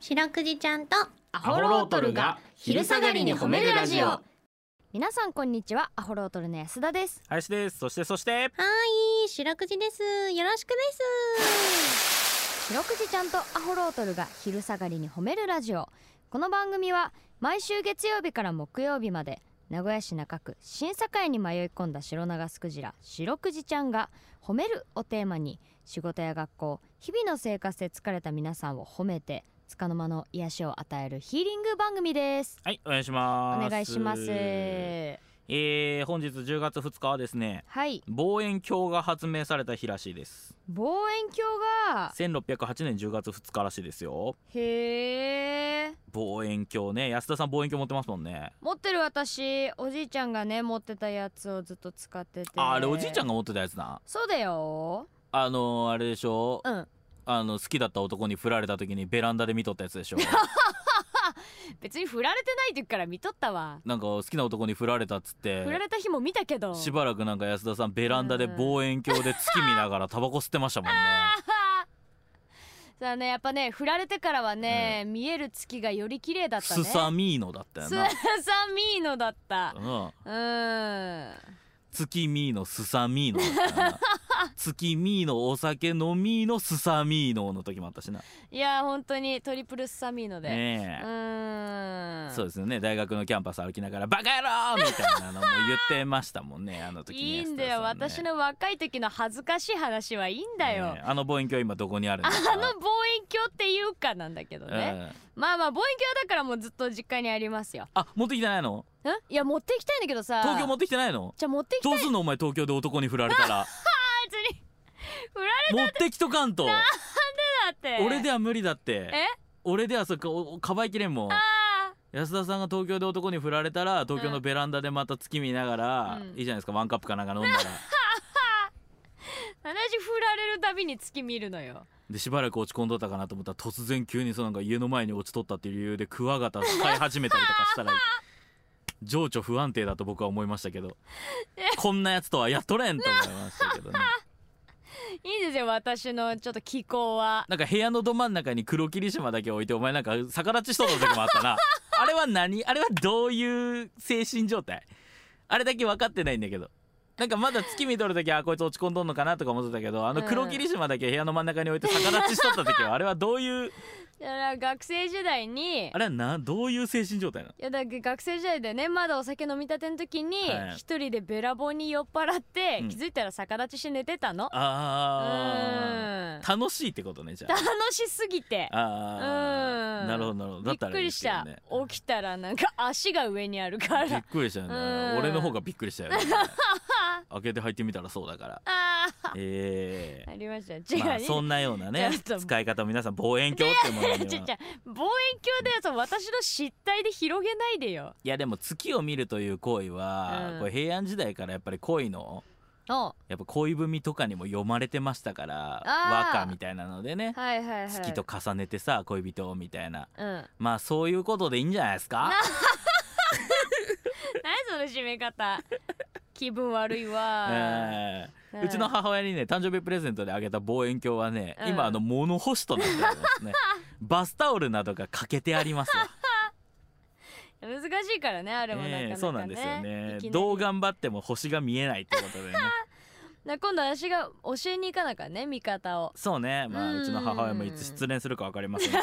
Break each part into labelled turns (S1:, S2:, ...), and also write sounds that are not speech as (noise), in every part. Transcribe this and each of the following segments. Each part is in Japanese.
S1: 白くじちゃんとア
S2: ホロートルが昼下がりに褒めるラジオ
S3: 皆さんこんにちはアホロートルの安田です
S2: 林ですそしてそして
S1: はい白くじですよろしくです
S3: 白くじちゃんとアホロートルが昼下がりに褒めるラジオこの番組は毎週月曜日から木曜日まで名古屋市中区審査会に迷い込んだ白長スクジラ白くじちゃんが「褒める」をテーマに仕事や学校日々の生活で疲れた皆さんを褒めて束の間の癒しを与えるヒーリング番組です
S2: はいお願いし
S3: お
S2: ます
S3: 願いします
S2: えー、本日10月2日はですね
S3: はい
S2: 望遠鏡が発明された日らしいです
S3: 望遠鏡が
S2: 1608年10月2日らしいですよ
S3: へえ
S2: 望遠鏡ね安田さん望遠鏡持ってますもんね
S3: 持ってる私おじいちゃんがね持ってたやつをずっと使ってて
S2: ああれおじいちゃん
S3: が
S2: が持ってたやつな
S3: そうだよ
S2: あのー、あれでしょ
S3: うん
S2: あの好きだった男に振られた時にベランダで見とったやつで (laughs) しょ
S3: 別に振られてない時から見とったわ
S2: なんか好きな男に振られたっつって
S3: 振られた日も見たけど
S2: しばらくなんか安田さんベランダで望遠鏡で月見ながらタバコ吸ってましたもんね
S3: さあねやっぱね振られてからはね、見える月がより綺麗だったね
S2: スサミーノだったよ
S3: ス
S2: な
S3: サミーノだった
S2: うん
S3: うん
S2: 月ミーノスサミーノだったよな (laughs) 月ミーノお酒飲みのスサミーノの時もあったしない
S3: や本当にトリプルスサミーノで、う
S2: ねえ、
S3: ん
S2: そうですよね大学のキャンパス歩きながら「バカ野郎!」みたいなのも言ってましたもんねあの時に
S3: いい
S2: 安
S3: ん
S2: 田
S3: だ
S2: さ
S3: よ、
S2: ね
S3: 私の若い時の恥ずかしい話はいいんだよ、
S2: ねえあの望遠鏡今どこにあるんですか
S3: あの望遠鏡っていうかなんだけどね、
S2: ええ
S3: まあまあ望遠鏡はだからもうずっと実家にありますよ
S2: あ持ってきてないの
S3: んいや持っていきたいんだけどさ
S2: 東京持ってきてないの
S3: じゃあ持っていきたい
S2: どうすんのお前東京で男に振られた (laughs) ら
S3: 別に振られ
S2: 持ってきとかんと
S3: たって
S2: 俺では無理だって
S3: え
S2: 俺ではそっかおかばいきれんもん
S3: あ
S2: 安田さんが東京で男に振られたら東京のベランダでまた月見ながら、
S3: うん
S2: いいじゃないですかワンカップかなんか飲ん
S3: (laughs)
S2: だら
S3: ー私振られるたびに月見るのよ
S2: でしばらく落ち込んどったかなと思ったら突然急にそうなんか家の前に落ちとったっていう理由でクワガタ飼い始めたりとか
S3: (laughs)
S2: したら情緒不安定だと僕は思いましたけど
S3: (laughs)
S2: こんなやつとはやっとれんと思いましたけどね
S3: いいんですよ私のちょっと気候は
S2: なんか部屋のど真ん中に黒霧島だけ置いてお前なんか逆立ちしとった時もあったな
S3: (laughs)
S2: あれは何あれはどういう精神状態あれだけ分かってないんだけどなんかまだ月見とる時はあこいつ落ち込んどんのかなとか思ってたけどあの黒霧島だけ部屋の真ん中に置いて逆立ちしとった時はあれはどういう
S3: だから学生時代に
S2: あれはなどういう精神状態なの
S3: いやだけど学生時代でねまだお酒飲みたての時に
S2: はい
S3: 一人でべらぼうに酔っ払って
S2: うん
S3: 気づいたら逆立ちして寝てたのう
S2: あ
S3: ん
S2: ー楽しいってことねじゃ
S3: 楽しすぎて
S2: ああ
S3: う
S2: ー
S3: ん
S2: なるほどなるほどだ
S3: び
S2: っ
S3: った
S2: ら
S3: く
S2: いいで
S3: り
S2: す
S3: し
S2: けど
S3: た
S2: ね
S3: 起きたらなんか足が上にあるか
S2: びっ
S3: ら
S2: くりしたよね
S3: うん
S2: 俺の方がびっくりした
S3: (laughs)
S2: よね開けて入ってみたらそうだから
S3: あー
S2: え
S3: ありました違う
S2: まあ
S3: ね
S2: そんなようなね
S3: ちょっと
S2: 使い方を皆さん望遠鏡っていうもの
S3: ちょ
S2: に
S3: ちょ
S2: は
S3: ちょ望遠鏡でそう私の失態で広げないでよ
S2: いやでも月を見るという行為は、
S3: うん
S2: これ平安時代からやっぱり恋の
S3: お
S2: やっぱ恋文とかにも読まれてましたから
S3: あー
S2: 和歌みたいなのでね、
S3: はいはいはい
S2: 月と重ねてさ恋人をみたいな
S3: うん何
S2: まあそういうことでいいんじゃないですか
S3: その締め (laughs) 方気分悪いわ、
S2: えー
S3: はいう
S2: ちの母親にね誕生日プレゼントであげた望遠鏡はね、
S3: うん
S2: 今あの物干しとなっておりま
S3: (laughs)
S2: すねバスタオルなどが欠けてありますわ
S3: 難しいからねあれもなかなか、ね
S2: ええそうなんですよ
S3: い
S2: ね
S3: きなり
S2: どう頑張っても星が見えないってこと
S3: (laughs)
S2: でね
S3: な今度私が教えに行かなきゃね味方を
S2: そうねまあ
S3: うん
S2: うちの母親もいつ失恋するか分かりませんか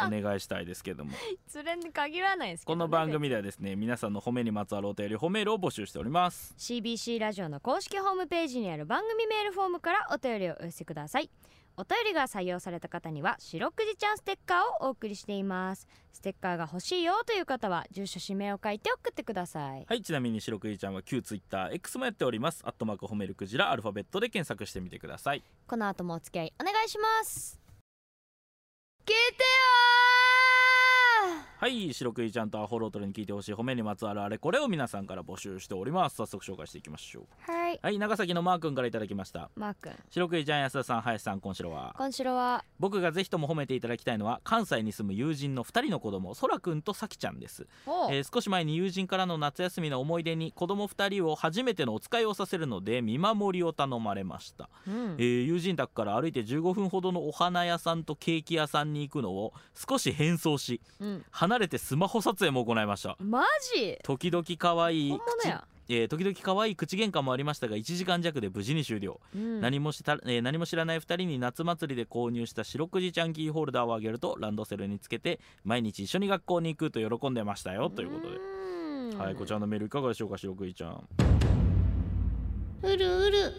S2: らお願いしたいですけど
S3: (laughs)
S2: も
S3: 連れに限らないですけ
S2: こ
S3: どね、
S2: の番組ではですね皆さんの褒めにまつわるお便り褒めるを募集しております
S3: CBC ラジオの公式ホームページにある番組メールフォームからお便りをお寄せくださいお便りが採用された方には「白くじちゃんステッカー」をお送りしていますステッカーが欲しいよという方は住所氏名を書いて送ってください
S2: はいちなみに白くじちゃんは旧 TwitterX もやっておりますアットマーク褒めるクジラアルファベットで検索してみてください
S3: この後もお付き合いお願いします聞いてよー
S2: はい白クイちゃんとアホロートルに聞いてほしい褒めにまつわるあれこれを皆さんから募集しております早速紹介していきましょう
S3: はい
S2: はい長崎のマー君からいただきました
S3: マー君
S2: 白クイちゃん安田さん林さんこんしろは
S3: 今週は
S2: 僕がぜひとも褒めていただきたいのは関西に住む友人の2人の子供そらくんとさきちゃんです、
S3: お
S2: えー少し前に友人からの夏休みの思い出に子供2人を初めてのお使いをさせるので見守りを頼まれました
S3: うん
S2: えー友人宅から歩いて15分ほどのお花屋さんとケーキ屋さんに行くのを少し変装し
S3: うん
S2: 離れてスマホ撮影も行いました
S3: マジ
S2: 時々可愛い
S3: 本物や、
S2: 口えー時々可愛い口喧嘩もありましたが1時間弱で無事に終了、
S3: うん、
S2: 何もした、えー何も知らない2人に夏祭りで購入した白くじちゃんキーホルダーをあげるとランドセルにつけて毎日一緒に学校に行くと喜んでましたよということで、
S3: で
S2: はいこちらのメールいかがでしょうか白くじちゃん
S1: うるうる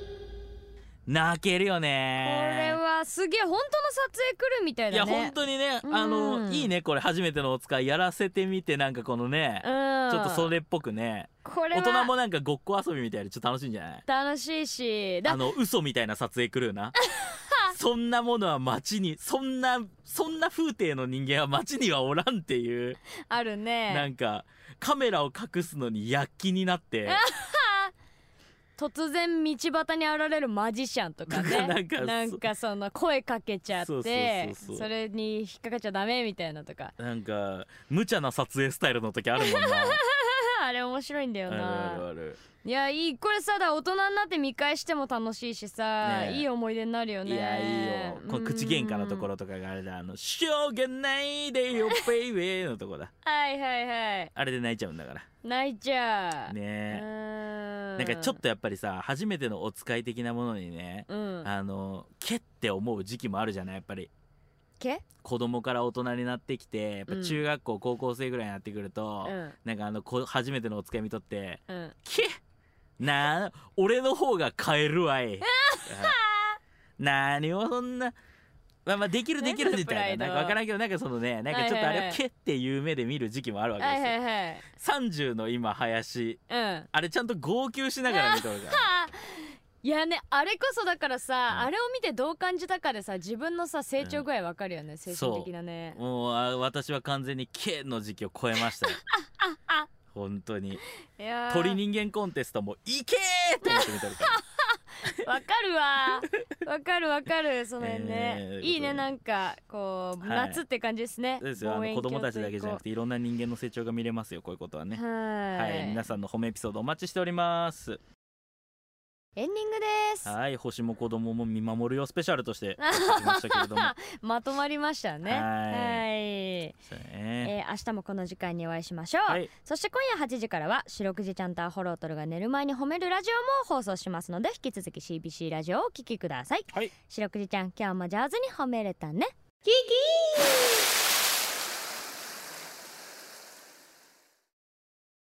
S2: 泣けるよ
S3: こ
S2: ね
S3: れはすげえ本当の撮影来るみたい
S2: いや
S3: だね
S2: 本当にね、
S3: うん
S2: あのいいねこれ初めてのお使いやらせてみてなんかこのね、
S3: うん
S2: ちょっとそれっぽくね
S3: これ
S2: 大
S3: は
S2: 人もなんかごっこ遊びみたいでちょっと楽しいんじゃない
S3: 楽しいしだ
S2: あの嘘みたいな撮影来るよ (laughs) なそんなものは街にそんなそんな風景の人間は街にはおらんっていう、
S3: ある
S2: な
S3: ね
S2: んかカメラを隠すのに躍起になって
S3: 突然道端に現れるマジシャンとかね
S2: なんかそう
S3: なん (laughs) かその声かけちゃっ
S2: そうそう
S3: て
S2: そうそう
S3: それに引っかかっちゃダメみたいなとか (laughs)
S2: なんか無茶な撮影スタイルの時あるもんな (laughs)
S3: あれ面白いんだよ
S2: あるある
S3: な
S2: ある
S3: いやいいこれさだ大人になって見返しても楽しいしさ
S2: ねえ
S3: いい思い出になるよ
S2: い
S3: ね
S2: やいいよこ
S3: うん
S2: の口喧嘩のところとかがあれだあの「しょうがないでよベイベー」のとこだ
S3: はいはいはい
S2: あれで泣いちゃうんだから
S3: 泣いちゃう
S2: ねえ
S3: な
S2: なんかちょっとやっぱりさ初めてのお使い的なものにね
S3: うん
S2: あのけって思う時期もあるじゃないやっぱり
S3: け
S2: 子供から大人になってきてやっぱ
S3: うん
S2: 中学校高校生ぐらいになってくる
S3: う
S2: と
S3: ん
S2: なんかあのこ初めてのお使い見とって
S3: うん
S2: 「けなあ俺の方が買えるわ
S3: (laughs)
S2: い」何をそんなまあまあできるできるみたい
S3: 何
S2: なな
S3: のプライ
S2: ん
S3: ド
S2: か分からんけどなんかそのねなんかちょっとあれを「け」っていう目で見る時期もあるわけ
S3: はい
S2: です
S3: は
S2: よ
S3: いはい
S2: 30の今林
S3: うん
S2: あれちゃんと号泣しながら見とるから
S3: (laughs) いやねあれこそだからさ、
S2: うん
S3: あれを見てどう感じたかでさ自分のさ成長具合わかるよね、精神的なね
S2: もうあ私は完全に「け」の時期を超え
S3: (laughs)
S2: ましたよ本当に
S3: いやー
S2: 鳥人間コンテストも「いけ!」と思って見てるから
S3: わかるわわかるわかるその辺ね、
S2: えー
S3: いいねなんかこう、
S2: はい
S3: 夏って感じですね
S2: そうですよあの子供たちだけじゃなく
S3: て
S2: ていろんな人間の成長が見れますよこういうことはね
S3: は
S2: はいい皆さんの褒めエピソードお待ちしております
S3: エンディングです
S2: はい星も子供も見守るよスペシャルとして (laughs) お送りしましたけれど (laughs) も
S3: まとまりましたね
S2: は
S3: はいい
S2: そうね
S3: えー明日もこの時間にお会いしましょう、
S2: はい
S3: そして今夜8時からは「白くじちゃんとアホロートルが寝る前に褒めるラジオ」も放送しますので引き続き CBC ラジオをお聴きください、
S2: はい
S3: 白くじちゃん今日も上手に褒めれたねキキー